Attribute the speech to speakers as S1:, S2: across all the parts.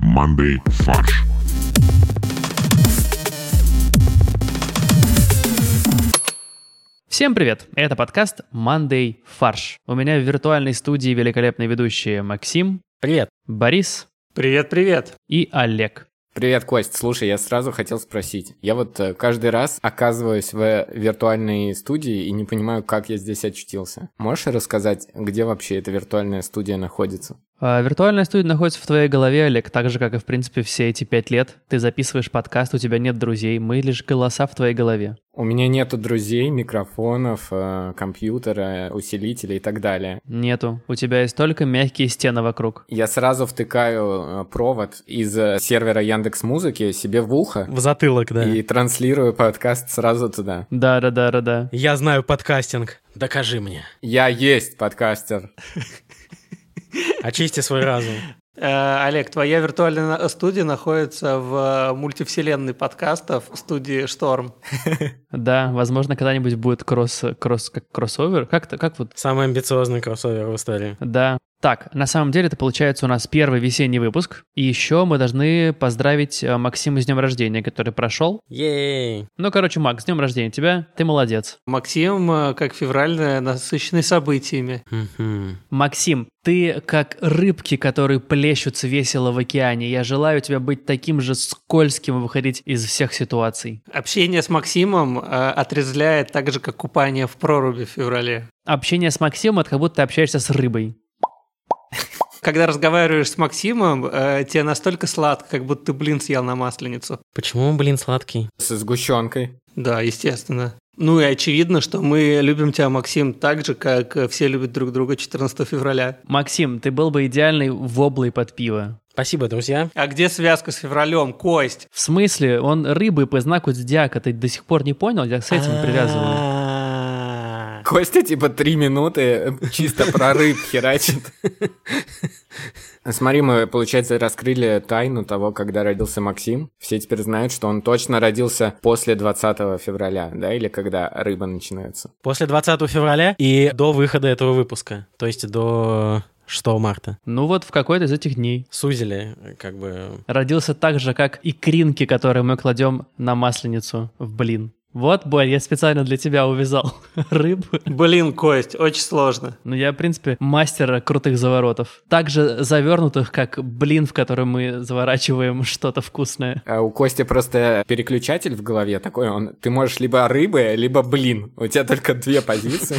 S1: командой «Фарш».
S2: Всем привет! Это подкаст Monday Фарш. У меня в виртуальной студии великолепные ведущие Максим,
S3: Привет.
S2: Борис
S4: Привет-привет.
S2: и Олег.
S5: Привет, Кость. Слушай, я сразу хотел спросить. Я вот э, каждый раз оказываюсь в виртуальной студии и не понимаю, как я здесь очутился. Можешь рассказать, где вообще эта виртуальная студия находится?
S2: А, Виртуальная студия находится в твоей голове, Олег, так же, как и, в принципе, все эти пять лет. Ты записываешь подкаст, у тебя нет друзей, мы лишь голоса в твоей голове.
S5: У меня нету друзей, микрофонов, э, компьютера, усилителя и так далее.
S2: Нету. У тебя есть только мягкие стены вокруг.
S5: Я сразу втыкаю э, провод из э, сервера Яндекс Музыки себе в ухо
S3: В затылок, да.
S5: и транслирую подкаст сразу туда.
S2: Да-да-да-да-да.
S3: Я знаю подкастинг. Докажи мне.
S5: Я есть подкастер.
S3: Очисти свой разум.
S4: Э, Олег, твоя виртуальная на- студия находится в э, мультивселенной подкастов студии Шторм.
S2: Да, возможно, когда-нибудь будет кросс, кросс, как кроссовер. Как-то, как вот
S3: Самый амбициозный кроссовер в истории.
S2: Да. Так, на самом деле это получается у нас первый весенний выпуск. И еще мы должны поздравить э, Максима с днем рождения, который прошел.
S3: Ей.
S2: Ну, короче, Макс, с днем рождения тебя. Ты молодец.
S4: Максим, э, как февральная, насыщенный событиями.
S3: Мгм.
S2: Максим, ты как рыбки, которые плещутся весело в океане. Я желаю тебя быть таким же скользким и выходить из всех ситуаций.
S4: Общение с Максимом э, отрезвляет так же, как купание в проруби в феврале.
S2: Общение с Максимом — это как будто ты общаешься с рыбой.
S4: Когда разговариваешь с Максимом, э, тебе настолько сладко, как будто ты блин съел на масленицу.
S3: Почему он, блин, сладкий?
S5: Со сгущенкой.
S4: Да, естественно. Ну и очевидно, что мы любим тебя, Максим, так же, как э, все любят друг друга 14 февраля.
S2: Максим, ты был бы идеальный воблой под пиво.
S3: Спасибо, друзья.
S4: А где связка с февралем, Кость?
S2: В смысле, он рыбы по знаку зодиака. Ты до сих пор не понял? Я с этим привязываю.
S3: привязываю.
S5: Костя типа три минуты чисто про рыб херачит. Смотри, мы, получается, раскрыли тайну того, когда родился Максим. Все теперь знают, что он точно родился после 20 февраля, да, или когда рыба начинается.
S3: После 20 февраля и до выхода этого выпуска. То есть до 6 марта.
S2: Ну вот в какой-то из этих дней.
S3: Сузили, как бы...
S2: родился так же, как и кринки, которые мы кладем на масленицу в блин. Вот, Боль, я специально для тебя увязал рыбу.
S4: Блин, Кость, очень сложно.
S2: Ну, я, в принципе, мастер крутых заворотов. Также завернутых, как блин, в который мы заворачиваем что-то вкусное.
S5: А у Кости просто переключатель в голове такой, он, ты можешь либо рыбы, либо блин. У тебя только две позиции.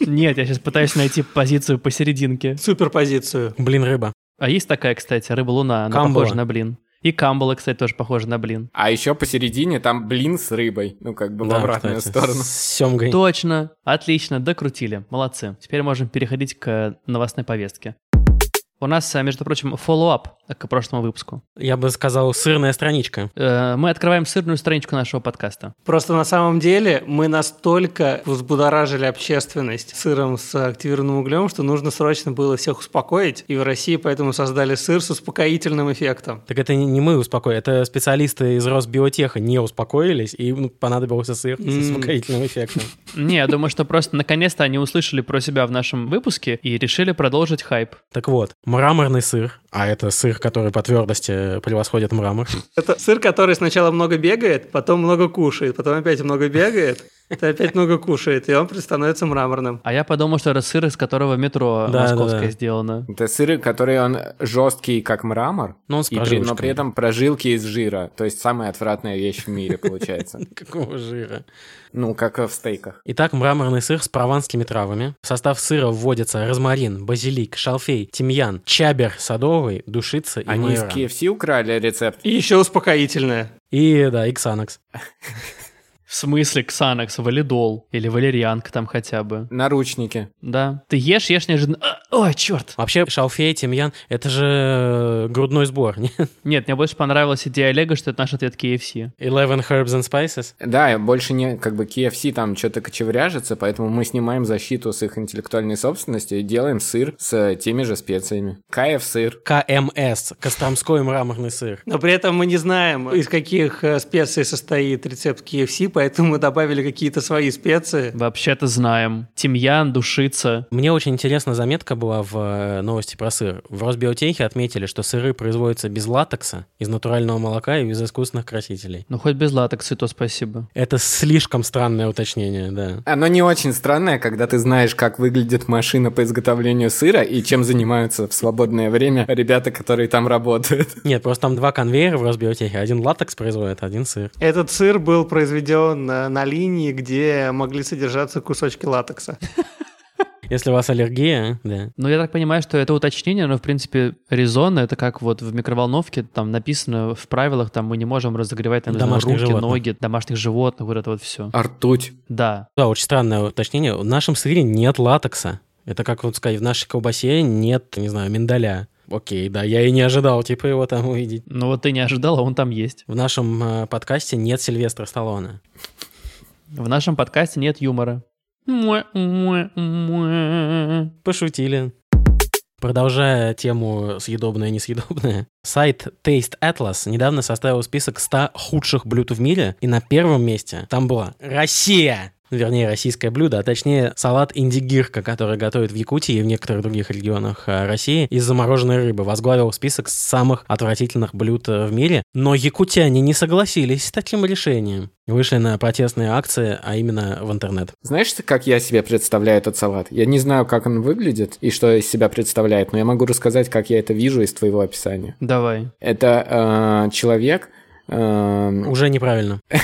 S2: Нет, я сейчас пытаюсь найти позицию посерединке.
S4: Супер позицию.
S3: Блин, рыба.
S2: А есть такая, кстати, рыба-луна, она
S3: Камбала.
S2: похожа на блин. И камбала, кстати, тоже похожа на блин.
S5: А еще посередине там блин с рыбой. Ну, как бы в
S3: Да,
S5: обратную
S3: кстати,
S5: сторону.
S3: С семгой.
S2: Точно, отлично, докрутили, молодцы. Теперь можем переходить к э, новостной повестке. У нас, э, между прочим, фоллоуап к прошлому выпуску.
S3: Я бы сказал, сырная страничка.
S2: Э, Мы открываем сырную страничку нашего подкаста.
S4: Просто на самом деле мы настолько взбудоражили общественность сыром с активированным углем, что нужно срочно было всех успокоить, и в России поэтому создали сыр с успокоительным эффектом.
S3: Так это не- не мы успокоили, это специалисты из Росбиотеха не успокоились, и ну, понадобился сыр
S4: М.
S3: с успокоительным эффектом.
S2: Не, я думаю, что просто наконец-то они услышали про себя в нашем выпуске и решили продолжить хайп.
S3: Так вот, мраморный сыр, а это сыр, который по твердости превосходит мрамор.
S4: Это сыр, который сначала много бегает, потом много кушает, потом опять много бегает, то опять много кушает, и он становится мраморным.
S2: А я подумал, что это сыр, из которого метро
S3: Да,
S2: московское
S3: да, да.
S2: сделано.
S5: Это сыры, которые он жесткий, как мрамор,
S3: Но он с
S5: и при- но
S3: прожилочками.
S5: при этом прожилки из жира. То есть самая отвратная вещь в мире получается.
S3: Какого жира?
S5: Ну, как в стейках.
S3: Итак, мраморный сыр с прованскими травами. В состав сыра вводятся розмарин, базилик, шалфей, тимьян, чабер садовый, душица и
S5: Они из
S3: майоран.
S5: KFC украли рецепт.
S4: И еще успокоительное.
S3: И, да, и ксанакс.
S2: В смысле, Ксанакс, валидол или валерьянка там хотя бы.
S5: Наручники.
S2: Да. Ты ешь, ешь неожиданно. А, Ой, черт!
S3: Вообще, шалфей, тимьян, это же э, грудной сбор, не?
S2: Нет, мне больше понравилась идея Олега, что это наш ответ KFC.
S3: Eleven herbs and spices.
S5: Да, больше не как бы KFC там что-то кочевряжется, поэтому мы снимаем защиту с их интеллектуальной собственности и делаем сыр с э, теми же специями. Каев сыр.
S3: КМС, Костромской мраморный сыр.
S4: Но при этом мы не знаем, из каких э, специй состоит рецепт KFC, поэтому мы добавили какие-то свои специи.
S2: Вообще-то знаем. Тимьян, душица.
S3: Мне очень интересна заметка была в э, новости про сыр. В Росбиотехе отметили, что сыры производятся без латекса, из натурального молока и без искусственных красителей.
S2: Ну, хоть без латекса, и то спасибо.
S3: Это слишком странное уточнение, да.
S5: Оно не очень странное, когда ты знаешь, как выглядит машина по изготовлению сыра и чем занимаются в свободное время ребята, которые там работают.
S3: Нет, просто там два конвейера в Росбиотехе. Один латекс производит, а один сыр.
S4: Этот сыр был произведен э, на линии, где могли содержаться кусочки латекса.
S3: Если у вас аллергия, да.
S2: Но Ну, я так понимаю, что это уточнение, но в принципе, резонно. Это как вот в микроволновке, там написано в правилах, там мы не можем разогревать там, не знаю,
S3: Домашних
S2: руки,
S3: животных.
S2: ноги, домашних животных, вот это вот все.
S5: Артуть.
S2: Да.
S3: Да, очень странное уточнение. В нашем сыре нет латекса. Это как вот сказать, в нашей колбасе нет, не знаю, миндаля. Окей, да, я и не ожидал, типа, его там увидеть.
S2: Ну вот ты не ожидал, а он там есть.
S3: В нашем э, подкасте нет Сильвестра Сталлоне.
S2: В нашем подкасте нет юмора. Муа, муа, муа.
S3: Пошутили. Продолжая тему съедобное и несъедобное, сайт Taste Atlas недавно составил список 100 худших блюд в мире, и на первом месте там была Россия! Вернее, российское блюдо, а точнее салат индигирка, который готовят в Якутии и в некоторых других регионах э, России из замороженной рыбы, возглавил список самых отвратительных блюд э, в мире. Но якутяне не согласились с таким решением. Вышли на протестные акции, а именно в интернет.
S5: Знаешь, как я себе представляю этот салат? Я не знаю, как он выглядит и что из себя представляет, но я могу рассказать, как я это вижу из твоего описания.
S2: Давай.
S5: Это э, человек... э,
S3: Уже неправильно.
S5: Э,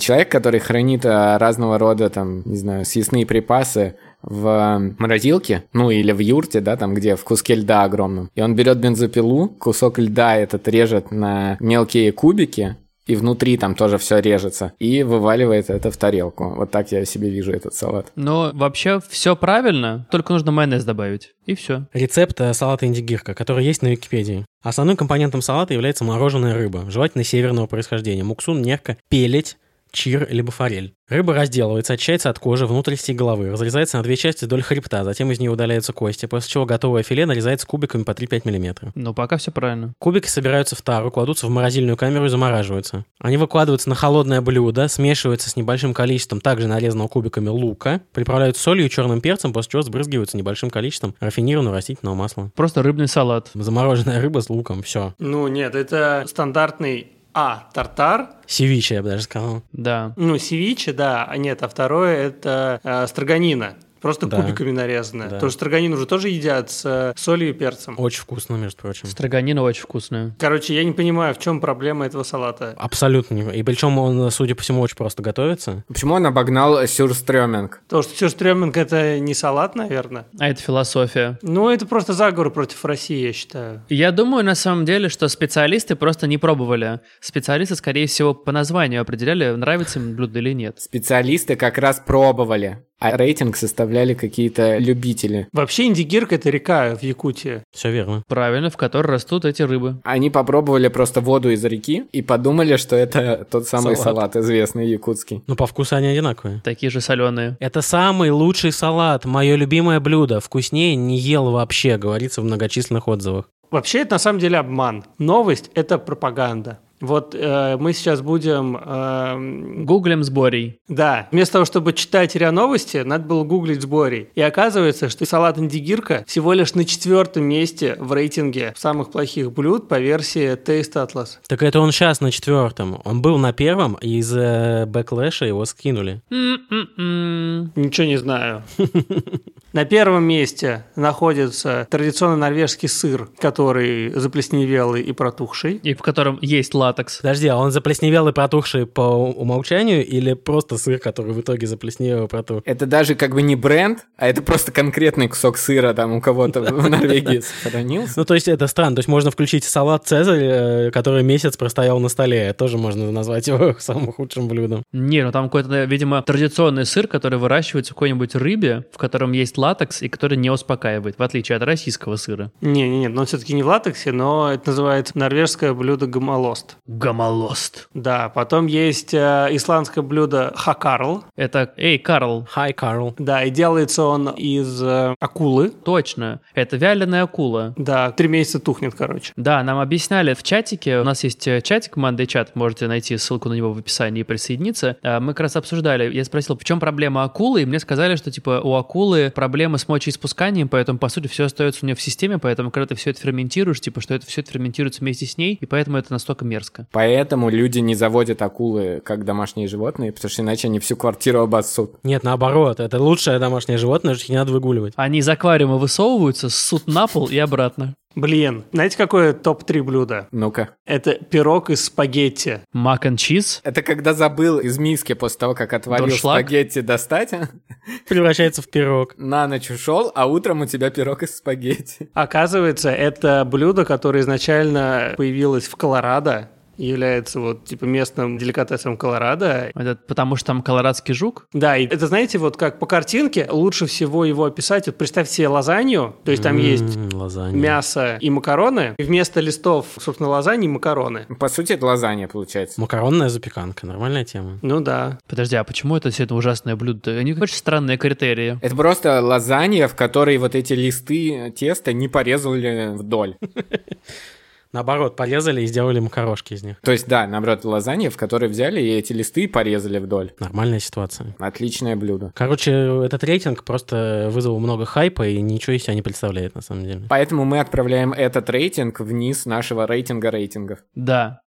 S5: Человек, который хранит э, разного рода, там, не знаю, съестные припасы в э, морозилке, ну или в юрте, да, там, где в куске льда огромном. И он берет бензопилу, кусок льда этот режет на мелкие кубики, и внутри там тоже все режется, и вываливает это в тарелку. Вот так я себе вижу этот салат.
S2: Но вообще все правильно, только нужно майонез добавить. И все.
S3: Рецепт э, салата индигирка, который есть на Википедии. Основным компонентом салата является мороженая рыба, желательно северного происхождения. Муксун, нерка, пелеть, чир либо форель. Рыба разделывается, очищается от кожи, внутренности и головы, разрезается на две части вдоль хребта, затем из нее удаляются кости, после чего готовое филе нарезается кубиками по 3-5 мм.
S2: Ну, пока все правильно.
S3: Кубики собираются в тару, кладутся в морозильную камеру и замораживаются. Они выкладываются на холодное блюдо, смешиваются с небольшим количеством также нарезанного кубиками лука, приправляют солью и черным перцем, после чего сбрызгиваются небольшим количеством рафинированного растительного масла.
S2: Просто рыбный салат.
S3: Замороженная рыба с луком, все.
S4: Ну нет, это стандартный А. Тартар,
S3: Севиче, я бы даже сказал.
S2: Да.
S4: Ну, севиче, да, а нет, а второе это э, строганина. Просто
S3: Да.
S4: кубиками нарезанная.
S3: Да.
S4: Потому что строганину уже тоже едят с э, солью и перцем.
S3: Очень вкусно, между прочим.
S2: Строганина очень вкусная.
S4: Короче, я не понимаю, в чем проблема этого салата.
S3: Абсолютно. не- И причем он, судя по всему, очень просто готовится.
S5: Почему он обогнал сюрстреминг?
S4: Потому что сюрстреминг это не салат, наверное.
S2: А это философия.
S4: Ну, это просто заговор против России, я считаю.
S2: Я думаю, на самом деле, что специалисты просто не пробовали. Специалисты, скорее всего, по названию определяли, нравится им блюдо или нет.
S5: Специалисты как раз пробовали, а рейтинг составляли какие-то любители.
S4: Вообще индигирка это река в Якутии.
S3: Все верно.
S2: Правильно, в которой растут эти рыбы.
S5: Они попробовали просто воду из реки и подумали, что это тот самый
S3: Салат.
S5: салат, известный якутский.
S3: Но по вкусу они одинаковые.
S2: Такие же соленые.
S3: Это самый лучший салат, мое любимое блюдо. Вкуснее не ел вообще, говорится в многочисленных отзывах.
S4: Вообще, это на самом деле обман. Новость – это пропаганда. Вот э, мы сейчас будем... эм,
S2: Гуглим с Борей.
S4: да, вместо того, чтобы читать РИА Новости, надо было гуглить с Борей. И оказывается, что салат индигирка всего лишь на четвертом месте в рейтинге самых плохих блюд по версии Taste Atlas.
S3: Так это он сейчас на четвертом. Он был на первом, и из-за бэклэша его скинули.
S2: М-м-м.
S4: Ничего не знаю. На первом месте находится традиционный норвежский сыр, который заплесневелый и протухший.
S2: И в котором есть латекс.
S3: Подожди, а он заплесневелый протухший по умолчанию или просто сыр, который в итоге заплесневел и протух?
S5: Это даже как бы не бренд, а это просто конкретный кусок сыра там у кого-то в Норвегии сохранился.
S3: Ну, то есть это странно. То есть можно включить салат Цезарь, э, который месяц простоял на столе. Тоже можно назвать его самым худшим блюдом.
S2: Не, ну там какой-то, видимо, традиционный сыр, который выращивается в какой-нибудь рыбе, в котором есть латекс и который не успокаивает, в отличие от российского сыра.
S4: Не-не-не, но все-таки не в латексе, но это называется норвежское блюдо гомолост.
S2: Гомолост.
S4: Да, потом есть э, исландское блюдо хакарл.
S2: Это, эй, Карл,
S3: Hi, Карл.
S4: Да, и делается он из э, акулы.
S2: точно, это вяленая акула.
S4: Да, три месяца тухнет, короче.
S2: Да, нам объясняли в чатике, у нас есть э, чатик, Monday чат, можете найти ссылку на него в описании и присоединиться. Э, Мы как раз обсуждали, я спросил, в чем проблема акулы, и мне сказали, что типа у акулы проблемы с мочеиспусканием, поэтому по сути все остается у нее в системе, поэтому когда ты все это ферментируешь, типа что это все это ферментируется вместе с ней, и поэтому это настолько мерзко.
S5: Поэтому люди не заводят акулы как домашние животные, потому что иначе они всю квартиру обоссут.
S3: Нет, наоборот, это лучшее домашнее животное, что не надо выгуливать.
S2: Они из аквариума высовываются, ссут на пол и обратно.
S4: Блин, знаете, какое топ-3 блюдо?
S5: Ну-ка.
S4: Это пирог из спагетти.
S2: Мак и чиз.
S5: Это когда забыл из миски после того, как отварил
S2: Дуршлаг?
S5: спагетти достать, а?
S3: Превращается в пирог.
S5: на ночь ушел, а утром у тебя пирог из спагетти.
S4: Оказывается, это блюдо, которое изначально появилось в Колорадо, является вот типа местным деликатесом Колорадо.
S2: Это потому что там колорадский жук.
S4: Да, и это, знаете, вот как по картинке лучше всего его описать. Вот представьте себе лазанью, то есть там есть
S3: М, лазанья.
S4: мясо и макароны, и вместо листов, собственно, лазаньи макароны.
S5: По сути, это лазанья получается.
S3: Макаронная запеканка, нормальная тема.
S4: Ну да.
S2: Подожди, а почему это все это ужасное блюдо? Они очень странные критерии.
S5: Это просто лазанья, в которой вот эти листы теста не порезали вдоль.
S3: Наоборот, порезали и сделали макарошки из них.
S5: То есть, да, наоборот, лазанья, в которой взяли и эти листы и порезали вдоль.
S3: Нормальная ситуация.
S5: Отличное блюдо.
S3: Короче, этот рейтинг просто вызвал много хайпа и ничего из себя не представляет на самом деле.
S5: Поэтому мы отправляем этот рейтинг вниз нашего рейтинга рейтингов.
S2: Да,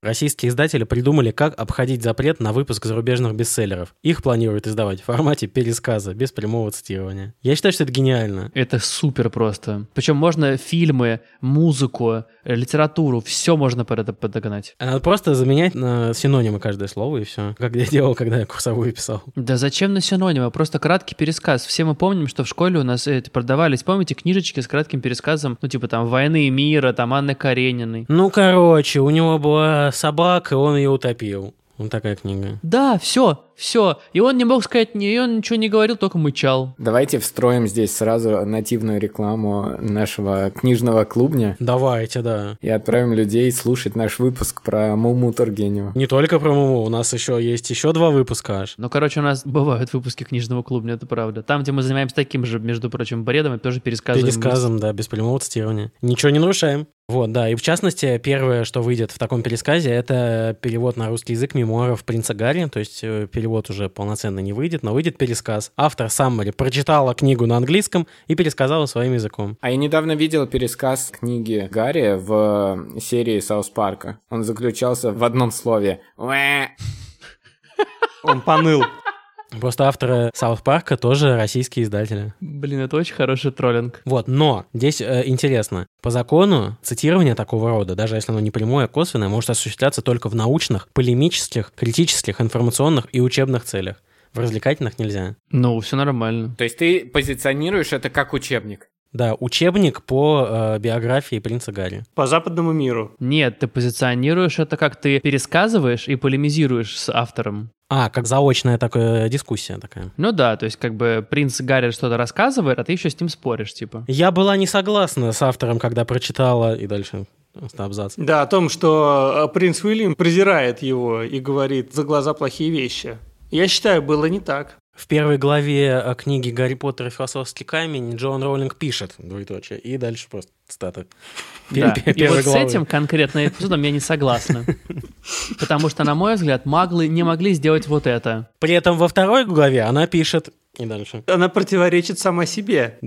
S3: Российские издатели придумали, как обходить запрет на выпуск зарубежных бестселлеров. Их планируют издавать в формате пересказа, без прямого цитирования. Я считаю, что это гениально.
S2: Это супер просто. Причем можно фильмы, музыку, э, литературу, все можно под это подогнать.
S3: А Надо просто заменять на синонимы каждое слово и все. Как я делал, когда я курсовую писал.
S2: Да зачем на синонимы? Просто краткий пересказ. Все мы помним, что в школе у нас э, продавались, помните, книжечки с кратким пересказом, ну типа там «Войны и мира», там Анны Карениной.
S3: Ну, короче, у него была собака, и он ее утопил. Вот такая книга.
S2: Да, все, все. И он не мог сказать, ни- и он ничего не говорил, только мычал.
S5: Давайте встроим здесь сразу нативную рекламу нашего книжного клубня
S3: Давайте, да.
S5: и отправим людей слушать наш выпуск про Муму Тургенева.
S3: Не только про Муму, у нас еще есть еще два выпуска аж.
S2: Ну, короче, у нас бывают выпуски книжного клубня, это правда. Там, где мы занимаемся таким же, между прочим, бредом, и тоже пересказываем.
S3: Пересказом, да, без прямого цитирования. Ничего не нарушаем. Вот, да, и в частности, первое, что выйдет в таком пересказе, это перевод на русский язык мемуаров принца Гарри, то есть э, перевод уже полноценно не выйдет, но выйдет пересказ. Автор Саммари прочитала книгу на английском и пересказала своим языком.
S5: А я недавно видел пересказ книги Гарри в серии Саус Парка. Он заключался в одном слове. Уэ.
S4: Он поныл.
S3: Просто авторы Саут Парка тоже российские издатели.
S2: Блин, это очень хороший троллинг.
S3: Вот, но здесь э, интересно. По закону цитирование такого рода, даже если оно не прямое, а косвенное, может осуществляться только в научных, полемических, критических, информационных и учебных целях. В развлекательных нельзя.
S2: Ну, все нормально.
S5: То есть ты позиционируешь это как учебник.
S3: Да, учебник по э, биографии принца Гарри.
S4: По западному миру.
S2: Нет, ты позиционируешь это как ты пересказываешь и полемизируешь с автором.
S3: А, как заочная такая дискуссия такая.
S2: Ну да, то есть как бы принц Гарри что-то рассказывает, а ты еще с ним споришь, типа.
S3: Я была не согласна с автором, когда прочитала... И дальше просто абзац.
S4: Да, о том, что э, принц Уильям презирает его и говорит за глаза плохие вещи. Я считаю, было не так.
S3: В первой главе э, книги «Гарри Поттер и философский камень» Джон Роулинг пишет, двоеточие, и дальше просто цитата.
S2: Да.
S3: Пе-
S2: И
S3: пе-
S2: вот
S3: первой
S2: с
S3: главы.
S2: этим конкретно эпизодом я не согласна. Потому что, на мой взгляд, маглы не могли сделать вот это.
S3: При этом во второй главе она пишет... И дальше.
S4: Она противоречит сама себе.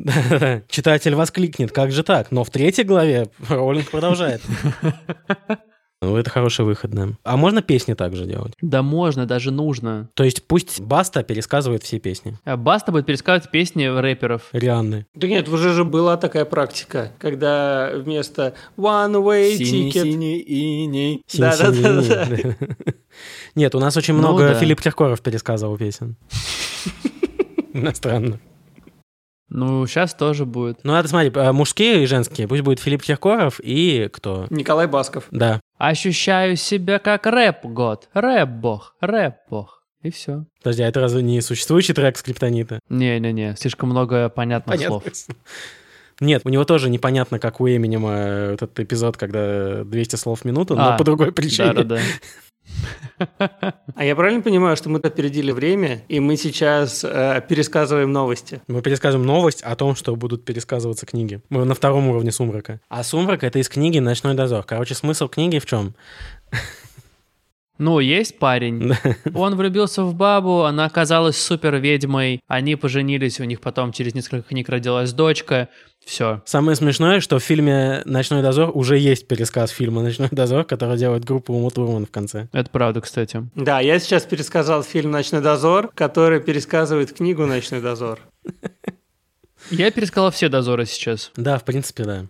S3: Читатель воскликнет, как же так? Но в третьей главе Роулинг продолжает. Ну, это хороший выход, да. А можно песни также делать?
S2: Да можно, даже нужно.
S3: То есть пусть Баста пересказывает все песни.
S2: А Баста будет пересказывать песни рэперов.
S3: Рианны.
S4: Да нет, уже же была такая практика, когда вместо one-way ticket...
S5: Синий-синий иней.
S3: Синь,
S4: Да, да,
S3: синь,
S4: да,
S3: иней. Нет, у нас очень
S2: Ну
S3: много
S2: да.
S3: Филипп Киркоров пересказывал песен. Иностранно.
S2: Ну, сейчас тоже будет.
S3: Ну, надо смотри, э, мужские и женские. Пусть будет Филипп Киркоров и кто?
S4: Николай Басков.
S3: Да.
S2: Ощущаю себя как рэп-год, рэп-бог, рэп-бог. И все.
S3: Подожди, а это разве не существующий трек скриптонита?
S2: Не-не-не, слишком много понятных слов.
S3: Нет, у него тоже непонятно, как у Эминема э, вот этот эпизод, когда 200 слов в минуту, но
S2: А,
S3: по другой причине.
S2: Да-да-да.
S4: А я правильно понимаю, что мы опередили время, и мы сейчас э, пересказываем новости?
S3: Мы пересказываем новость о том, что будут пересказываться книги. Мы на втором уровне сумрака. А сумрак — это из книги «Ночной дозор». Короче, смысл книги в чем?
S2: Ну, есть парень. Он влюбился в бабу, она оказалась супер ведьмой. Они поженились, у них потом через несколько книг родилась дочка. Все.
S3: Самое смешное, что в фильме «Ночной дозор» уже есть пересказ фильма «Ночной дозор», который делает группа Ума Турман в конце.
S2: Это правда, кстати.
S4: Да, я сейчас пересказал фильм «Ночной дозор», который пересказывает книгу «Ночной дозор».
S2: Я пересказала все дозоры сейчас.
S3: Да, в принципе, да.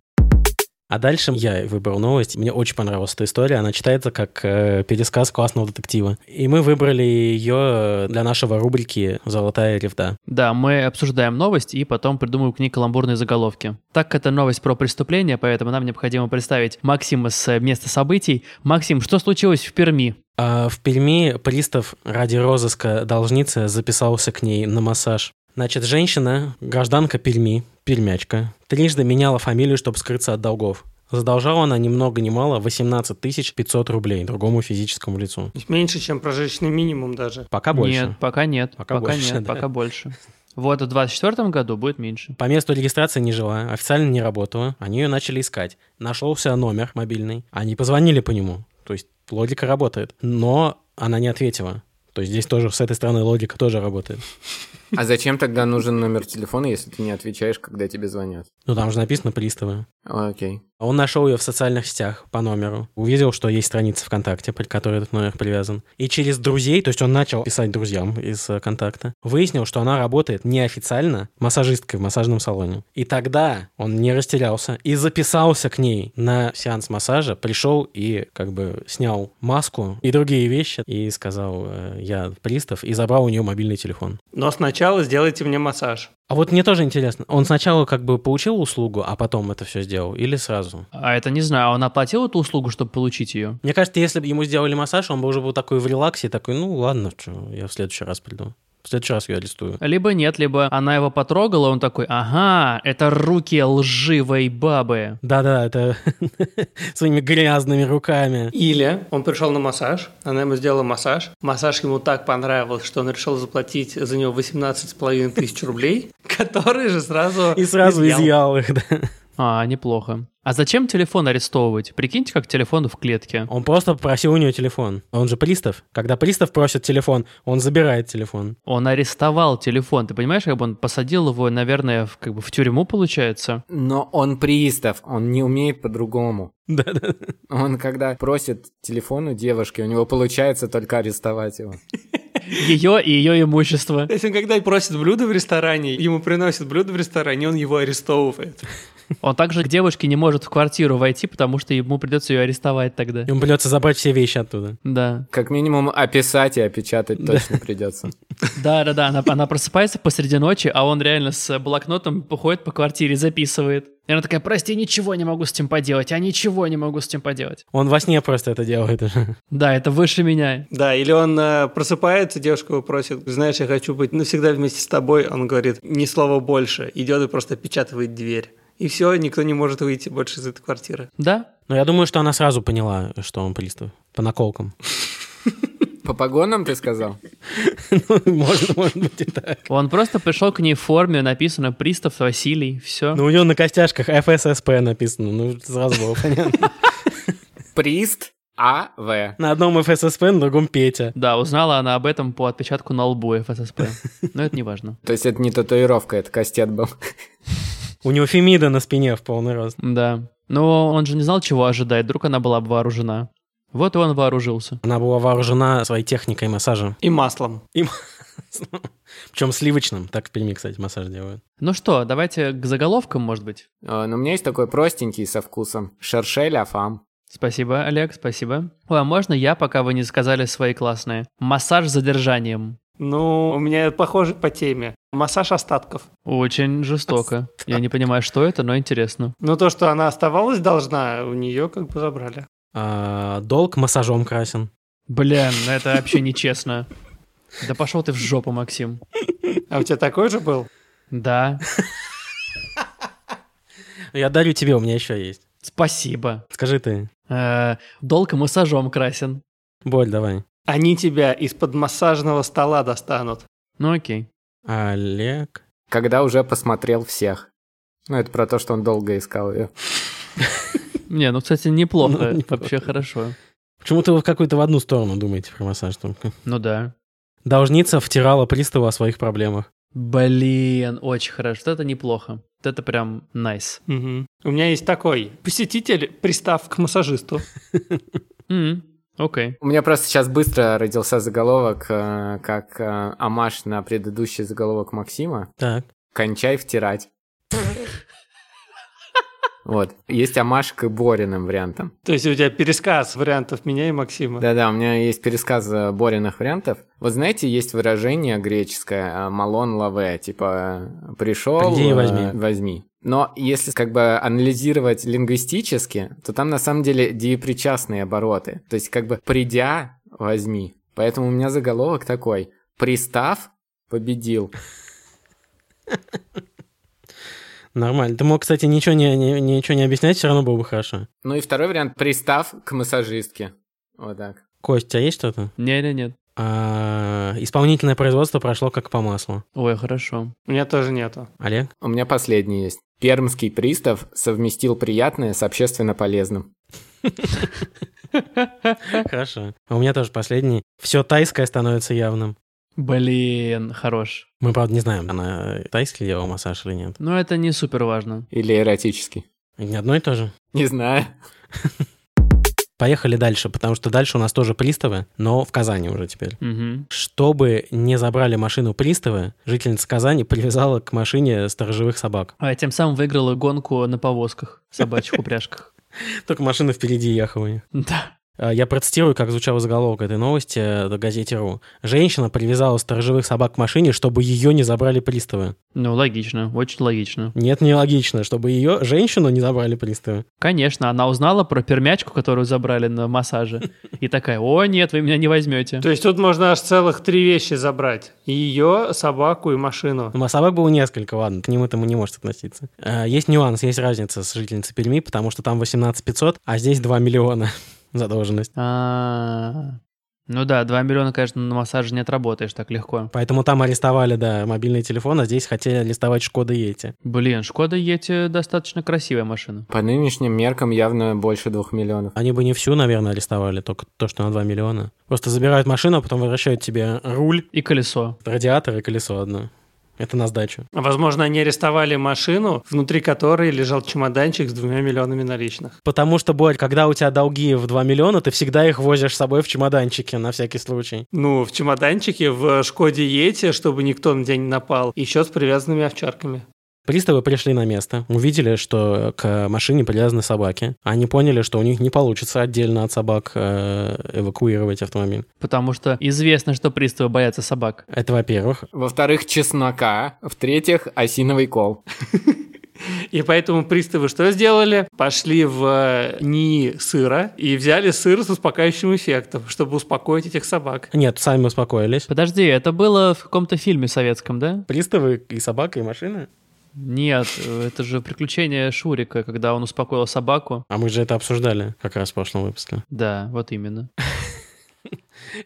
S3: А дальше я выбрал новость. Мне очень понравилась эта история. Она читается как э, пересказ классного детектива. И мы выбрали ее для нашего рубрики «Золотая ревда».
S2: Да, мы обсуждаем новость и потом придумываем к ней каламбурные заголовки. Так как это новость про преступление, поэтому нам необходимо представить Максима с э, места событий. Максим, что случилось в Перми?
S3: А в Перми пристав ради розыска должницы записался к ней на массаж. Значит, женщина, гражданка Перми, пермячка, трижды меняла фамилию, чтобы скрыться от долгов. Задолжала она ни много ни мало 18 500 рублей другому физическому лицу.
S4: То есть Меньше, чем прожиточный минимум даже.
S3: Пока больше.
S2: Нет, пока нет.
S3: Пока
S2: Пока,
S3: больше,
S2: нет,
S3: да.
S2: пока больше. Вот в 24 году будет меньше.
S3: По месту регистрации не жила, официально не работала. Они ее начали искать. Нашелся номер мобильный. Они позвонили по нему. То есть логика работает. Но она не ответила. То есть здесь тоже с этой стороны логика тоже работает.
S5: А зачем тогда нужен номер телефона, если ты не отвечаешь, когда тебе звонят?
S3: Ну там же написано приставы.
S5: Окей.
S3: Он нашел ее в социальных сетях по номеру, увидел, что есть страница ВКонтакте, под которой этот номер привязан. И через друзей, то есть он начал писать друзьям из э, контакта, выяснил, что она работает неофициально массажисткой в массажном салоне. И тогда он не растерялся и записался к ней на сеанс массажа, пришел и как бы снял маску и другие вещи, и сказал э, «я пристав», и забрал у нее мобильный телефон.
S4: Но сначала сделайте мне массаж.
S3: А вот мне тоже интересно, он сначала как бы получил услугу, а потом это все сделал, или сразу?
S2: А это не знаю, он оплатил эту услугу, чтобы получить ее?
S3: Мне кажется, если бы ему сделали массаж, он бы уже был такой в релаксе, такой, ну ладно, чё, я в следующий раз приду. В следующий раз ее арестую.
S2: Либо нет, либо она его потрогала, он такой, ага, это руки лживой бабы.
S3: Да-да, это своими грязными руками.
S4: Или он пришел на массаж, она ему сделала массаж. Массаж ему так понравился, что он решил заплатить за него 18,5 тысяч рублей, которые же сразу
S3: И сразу
S4: изъял.
S3: изъял их, да.
S2: А, неплохо. А зачем телефон арестовывать? Прикиньте, как телефон в клетке.
S3: Он просто попросил у нее телефон. Он же пристав. Когда пристав просит телефон, он забирает телефон.
S2: Он арестовал телефон, ты понимаешь, как бы он посадил его, наверное, в, как бы в тюрьму, получается?
S5: Но он пристав, он не умеет по-другому.
S3: Да-да.
S5: Он когда просит телефон у девушки, у него получается только арестовать его.
S2: Ее и ее имущество.
S4: То есть он когда просит блюдо в ресторане, ему приносят блюдо в ресторане, он его арестовывает.
S2: Он также к девушке не может в квартиру войти, потому что ему придется ее арестовать тогда.
S3: Ему придется забрать все вещи оттуда.
S2: Да.
S5: Как минимум описать и опечатать точно придется.
S2: Да, да, да, она, она просыпается посреди ночи, а он реально с блокнотом походит по квартире, записывает. И она такая, прости, ничего не могу с этим поделать, я ничего не могу с этим поделать.
S3: Он во сне просто это делает уже.
S2: Да, это выше меня.
S4: Да, или он э, просыпается, девушка его просит, знаешь, я хочу быть навсегда вместе с тобой, он говорит, ни слова больше, идет и просто печатывает дверь. И все, никто не может выйти больше из этой квартиры.
S2: Да?
S3: Но я думаю, что она сразу поняла, что он пристав. По наколкам.
S5: По погонам ты сказал?
S3: Ну, Можно, может быть, и так.
S2: Он просто пришел к ней в форме, написано «Пристав Василий», все.
S3: Ну, у него на костяшках ФССП написано, ну, сразу было понятно.
S5: Прист А.В.
S3: На одном ФССП, на другом Петя.
S2: Да, узнала она об этом по отпечатку на лбу ФССП. Но это не важно.
S5: То есть это не татуировка, это кастет был.
S3: У него фемида на спине в полный рост.
S2: Да. Но он же не знал, чего ожидать, вдруг она была бы вооружена. Вот и он вооружился.
S3: Она была вооружена своей техникой массажа.
S4: И маслом.
S3: Причем сливочным. Так в Перми, кстати, массаж делают.
S2: Ну что, давайте к заголовкам, может быть.
S5: Э, Но у меня есть такой простенький со вкусом. Шершель Афам.
S2: Спасибо, Олег, спасибо. Ой, а можно я, пока вы не сказали свои классные? Массаж с задержанием.
S4: Ну, у меня похоже по теме. Массаж остатков.
S2: Очень жестоко. Я не понимаю, что это, но интересно.
S4: Ну, то, что она оставалась должна, у нее как бы забрали.
S3: А, долг массажом красен.
S2: Блин, это вообще ну нечестно. Да пошел ты в жопу, Максим.
S4: А у тебя такой же был?
S2: Да,
S3: Я дарю тебе, у меня еще есть.
S2: спасибо.
S3: Скажи ты.
S2: Э, Долг массажом красен.
S3: Боль давай.
S4: Они тебя из-под массажного стола достанут.
S2: Ну окей.
S3: Олег.
S5: Когда уже посмотрел всех. Ну, это про то, что он долго искал ее.
S2: Не, ну, кстати, неплохо.
S3: Ну, неплохо.
S2: Вообще хорошо.
S3: Почему-то вы в какую-то в одну сторону думаете про массаж. только.
S2: Ну да.
S3: Должница втирала приставу о своих проблемах.
S2: Блин, очень хорошо. Вот это неплохо. Вот это прям найс.
S4: Мгм. У меня есть такой. Посетитель пристав к массажисту.
S2: М, Окей.
S5: У меня просто сейчас быстро родился заголовок, э, как э, амаш на предыдущий заголовок Максима.
S3: Так.
S5: Кончай втирать. Вот. Есть амаш к Бориным вариантам.
S4: То есть у тебя пересказ вариантов меня и Максима.
S5: Да-да, у меня есть пересказ э, Бориных вариантов. Вот знаете, есть выражение греческое э, «малон лаве», типа э, «пришел,
S3: Приди и
S5: э,
S3: возьми».
S5: возьми». Но если как бы анализировать лингвистически, то там на самом деле деепричастные обороты. То есть как бы «придя, возьми». Поэтому у меня заголовок такой «пристав, победил».
S3: Нормально. Ты мог, кстати, ничего не, не- ничего не объяснять, все равно было бы хорошо.
S5: Ну и второй вариант «пристав к массажистке». Вот так.
S3: Кость, у тебя а есть что-то?
S2: Не-не-нет.
S3: А, исполнительное производство прошло как по маслу.
S2: Ой, хорошо.
S4: У меня тоже нету.
S3: Олег?
S5: У меня последний есть. Пермский пристав совместил приятное с общественно полезным.
S3: Хорошо. А у меня тоже последний. Все тайское становится явным.
S2: Блин, хорош.
S3: Мы, правда, не знаем, она э, тайский делала массаж или нет.
S2: Но это не супер важно.
S5: Или эротический.
S3: Не одно и то же.
S5: Не знаю.
S3: Поехали дальше, потому что дальше у нас тоже приставы, но в Казани уже теперь.
S2: Мгм.
S3: Чтобы не забрали машину приставы, жительница Казани привязала к машине сторожевых собак.
S2: А тем самым выиграла гонку на повозках, собачьих упряжках.
S3: Только машина впереди ехала у них.
S2: Да.
S3: А, Я процитирую, как звучал заголовок этой новости э, в газете РУ. Женщина привязала сторожевых собак к машине, чтобы ее не забрали приставы.
S2: Ну, логично, очень логично.
S3: Нет, нелогично, чтобы ее, женщину, не забрали приставы.
S2: Конечно, она узнала про пермячку, которую забрали на массаже. И такая, о, нет, вы меня не возьмете.
S4: То есть тут можно аж целых три вещи забрать. Ее, собаку и машину.
S3: Ну, а собак было несколько, ладно, к ним этому не может относиться. Э, Есть нюанс, есть разница с жительницей Перми, потому что там 18 500, а здесь 2 миллиона задолженность.
S2: А, Ну да, 2 миллиона, конечно, на массаже не отработаешь так легко.
S3: Поэтому там арестовали, да, мобильный телефон, а здесь хотели арестовать Шкода Ети.
S2: Блин, Шкода Ети достаточно красивая машина.
S5: По нынешним меркам явно больше двух миллионов.
S3: Они бы не всю, наверное, арестовали, только то, что на 2 миллиона. Просто забирают машину, а потом возвращают тебе руль,
S2: И колесо.
S3: радиатор и колесо одно. Это на сдачу.
S4: Возможно, они арестовали машину, внутри которой лежал чемоданчик с двумя миллионами наличных.
S3: Потому что, Борь, когда у тебя долги в 2 миллиона, ты всегда их возишь с собой в чемоданчике на всякий случай.
S4: Ну, в чемоданчике, в Шкоде Ете, чтобы никто на тебя не напал. Еще с привязанными овчарками.
S3: Приставы пришли на место, увидели, что к машине привязаны собаки. Они поняли, что у них не получится отдельно от собак э, эвакуировать автомобиль.
S2: Потому что известно, что приставы боятся собак.
S3: Это во-первых.
S5: Во-вторых, чеснока. В-третьих, осиновый кол.
S4: И поэтому приставы что сделали? Пошли в э, НИИ сыра и взяли сыр с успокаивающим эффектом, чтобы успокоить этих собак.
S3: Нет, сами успокоились.
S2: Подожди, это было в каком-то фильме советском, да?
S3: Приставы и собака, и машина?
S2: Нет, э, это же приключение Шурика, когда он успокоил собаку.
S3: А мы же это обсуждали как раз в прошлом выпуске.
S2: Да, вот именно.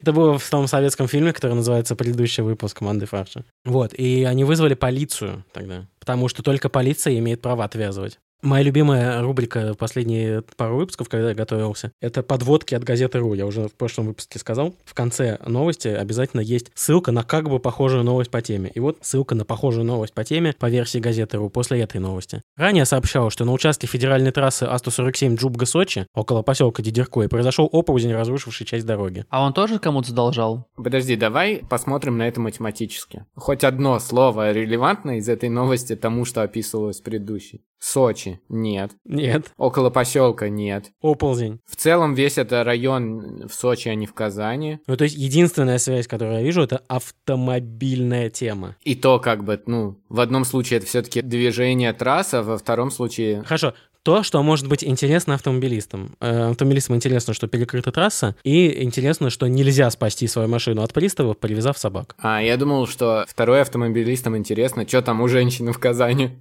S3: Это было в том советском фильме, который называется «Предыдущий выпуск команды Фарша». Вот, и они вызвали полицию тогда, потому что только полиция имеет право отвязывать. Моя любимая рубрика в последние пару выпусков, когда я готовился, это подводки от газеты «Ру». Я уже в прошлом выпуске сказал. В конце новости обязательно есть ссылка на как бы похожую новость по теме. И вот ссылка на похожую новость по теме по версии газеты «Ру» после этой новости. Ранее сообщалось, что на участке федеральной трассы А А-147 Джубга-Сочи около поселка Дидеркой произошел оползень, разрушивший часть дороги.
S2: А он тоже кому-то задолжал?
S5: Подожди, давай посмотрим на это математически. Хоть одно слово релевантно из этой новости тому, что описывалось в предыдущей. Сочи – нет.
S3: Нет,
S5: Около поселка – нет.
S3: Оползень.
S5: В целом весь этот район в Сочи, а не в Казани.
S3: Ну, то есть единственная связь, которую я вижу, это автомобильная тема.
S5: И то как бы, ну, в одном случае это все-таки движение трасса, во втором случае
S3: Хорошо, то, что может быть интересно автомобилистам. Э, Автомобилистам интересно, что перекрыта трасса, и интересно, что нельзя спасти свою машину от приставов, привязав собак.
S5: А, я думал, что второй автомобилистам интересно, что там у женщины в Казани.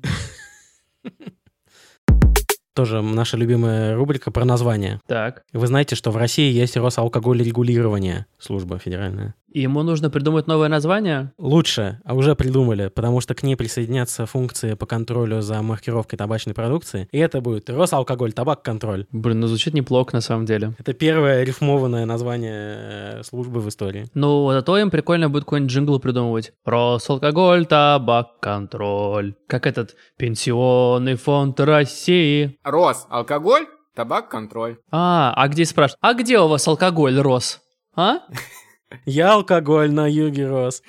S3: Тоже наша любимая рубрика про название.
S2: Так.
S3: Вы знаете, что в России есть Росалкогольрегулирование, служба федеральная.
S2: И Ему нужно придумать новое название?
S3: Лучше, а уже придумали, потому что к ней присоединятся функции по контролю за маркировкой табачной продукции, и это будет Росалкоголь, табак, контроль.
S2: Блин, ну звучит неплохо на самом деле.
S3: Это первое рифмованное название э, службы в истории.
S2: Ну, зато им прикольно будет какой-нибудь джингл придумывать. Росалкоголь, табак, контроль. Как этот пенсионный фонд России.
S5: Рос, алкоголь, табак, контроль.
S2: А, а где спрашивают? А где у вас алкоголь рос? А?
S3: Я алкоголь на юге рос.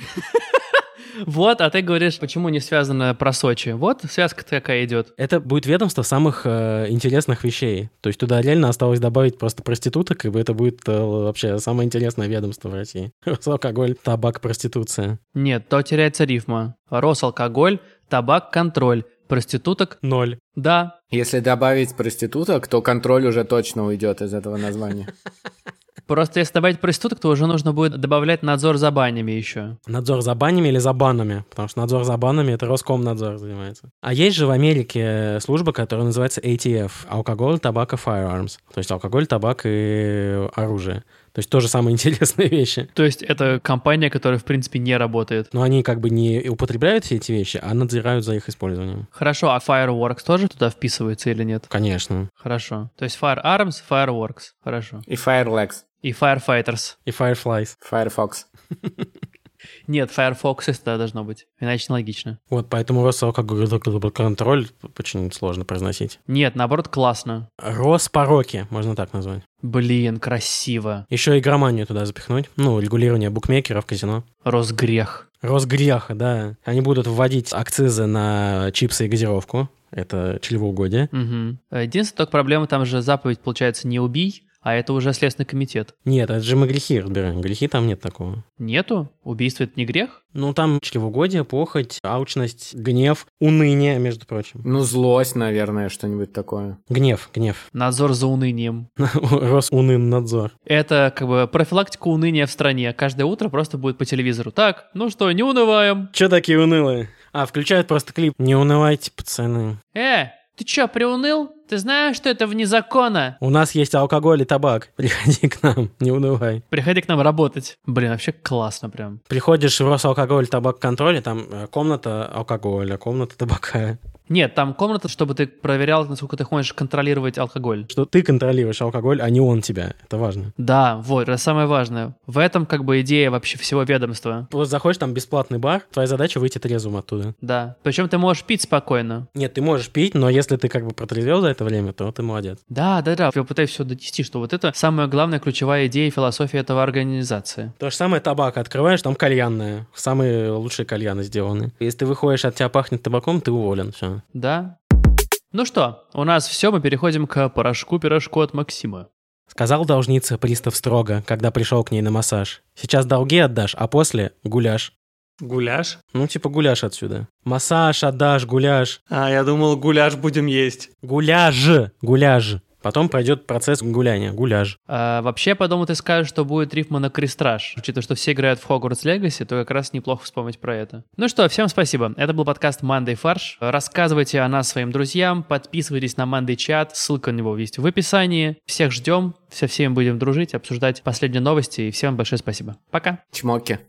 S2: Вот, а ты говоришь, почему не связано про Сочи? Вот связка такая идет.
S3: Это будет ведомство самых э, интересных вещей. То есть туда реально осталось добавить просто проституток, и это будет э, вообще самое интересное ведомство в России. Алкоголь, табак, проституция.
S2: Нет, то теряется рифма. Росалкоголь, табак, контроль. Проституток?
S3: Ноль.
S2: Да.
S5: Если добавить проституток, то контроль уже точно уйдет из этого названия.
S2: Просто если добавить проституток, то уже нужно будет добавлять надзор за банями еще.
S3: Надзор за банями или за банами? Потому что надзор за банами — это Роскомнадзор занимается. А есть же в Америке э, служба, которая называется ATF — алкоголь, табак и firearms. То есть алкоголь, табак и оружие. То есть тоже самые интересные вещи.
S2: То есть это компания, которая, в принципе, не работает.
S3: Но они как бы не употребляют все эти вещи, а надзирают за их использованием.
S2: Хорошо, а Fireworks тоже туда вписывается или нет?
S3: Конечно.
S2: Хорошо. То есть Firearms, Fireworks. Хорошо.
S5: И Firelex,
S2: И Firefighters.
S3: И Fireflies.
S5: Firefox.
S2: Нет, Firefox тогда должно быть. Иначе нелогично.
S3: Вот поэтому Росалкогольконтроль очень сложно произносить.
S2: Нет, наоборот, классно.
S3: Роспороки, можно так назвать.
S2: Блин, красиво.
S3: Еще и громанию туда запихнуть. Ну, регулирование букмекеров, казино.
S2: Росгрех.
S3: Росгреха, да. Они будут вводить акцизы на чипсы и газировку. Это чревоугодие.
S2: Мгм. Единственная только проблема, там же заповедь, получается, не убий, а это уже Следственный комитет.
S3: Нет, это же мы грехи разбираем. Грехи там нет такого.
S2: Нету? Убийство — это не грех?
S3: Ну, там чревоугодие, похоть, алчность, гнев, уныние, между прочим.
S5: Ну, злость, наверное, что-нибудь такое.
S3: Гнев, гнев.
S2: Надзор за унынием.
S3: Росуныннадзор.
S2: Это как бы профилактика уныния в стране. Каждое утро просто будет по телевизору. Так, ну что, не унываем?
S3: Че такие унылые? А, включают просто клип. Не унывайте, пацаны.
S2: Э, ты чё, приуныл? Ты знаешь, что это вне закона?
S3: У нас есть алкоголь и табак. Приходи к нам, не унывай.
S2: Приходи к нам работать. Блин, вообще классно прям.
S3: Приходишь в Росалкоголь, табак, контроль, там э, комната алкоголя, комната табака.
S2: Нет, там комната, чтобы ты проверял, насколько ты хочешь контролировать алкоголь.
S3: Что ты контролируешь алкоголь, а не он тебя. Это важно.
S2: Да, вот, это самое важное. В этом как бы идея вообще всего ведомства.
S3: Просто заходишь, там бесплатный бар, твоя задача выйти трезвым оттуда.
S2: Да. Причем ты можешь пить спокойно.
S3: Нет, ты можешь пить, но если ты как бы протрезвел за это время, то ты молодец.
S2: Да, да, да. Я пытаюсь все донести, что вот это самая главная ключевая идея и философия этого организации.
S3: То же самое табак открываешь, там кальянная. Самые лучшие кальяны сделаны. Если ты выходишь, от тебя пахнет табаком, ты уволен. Все.
S2: Да. Ну что, у нас все, мы переходим к порошку-пирожку от Максима.
S3: Сказал должница пристав строго, когда пришел к ней на массаж. Сейчас долги отдашь, а после гуляш.
S4: Гуляш?
S3: Ну, типа гуляш отсюда. Массаж отдашь, гуляш.
S4: А, я думал, гуляш будем есть.
S3: Гуляж, гуляж. Потом пройдет процесс гуляния, гуляж.
S2: А, вообще, я подумал, ты скажешь, что будет рифма на крестраж. Учитывая, что все играют в Хогвартс Легаси, то как раз неплохо вспомнить про это. Ну что, всем спасибо. Это был подкаст Мандай Фарш. Рассказывайте о нас своим друзьям, подписывайтесь на Мандай Чат, ссылка на него есть в описании. Всех ждем, со всеми будем дружить, обсуждать последние новости, и всем большое спасибо. Пока!
S5: Чмоки.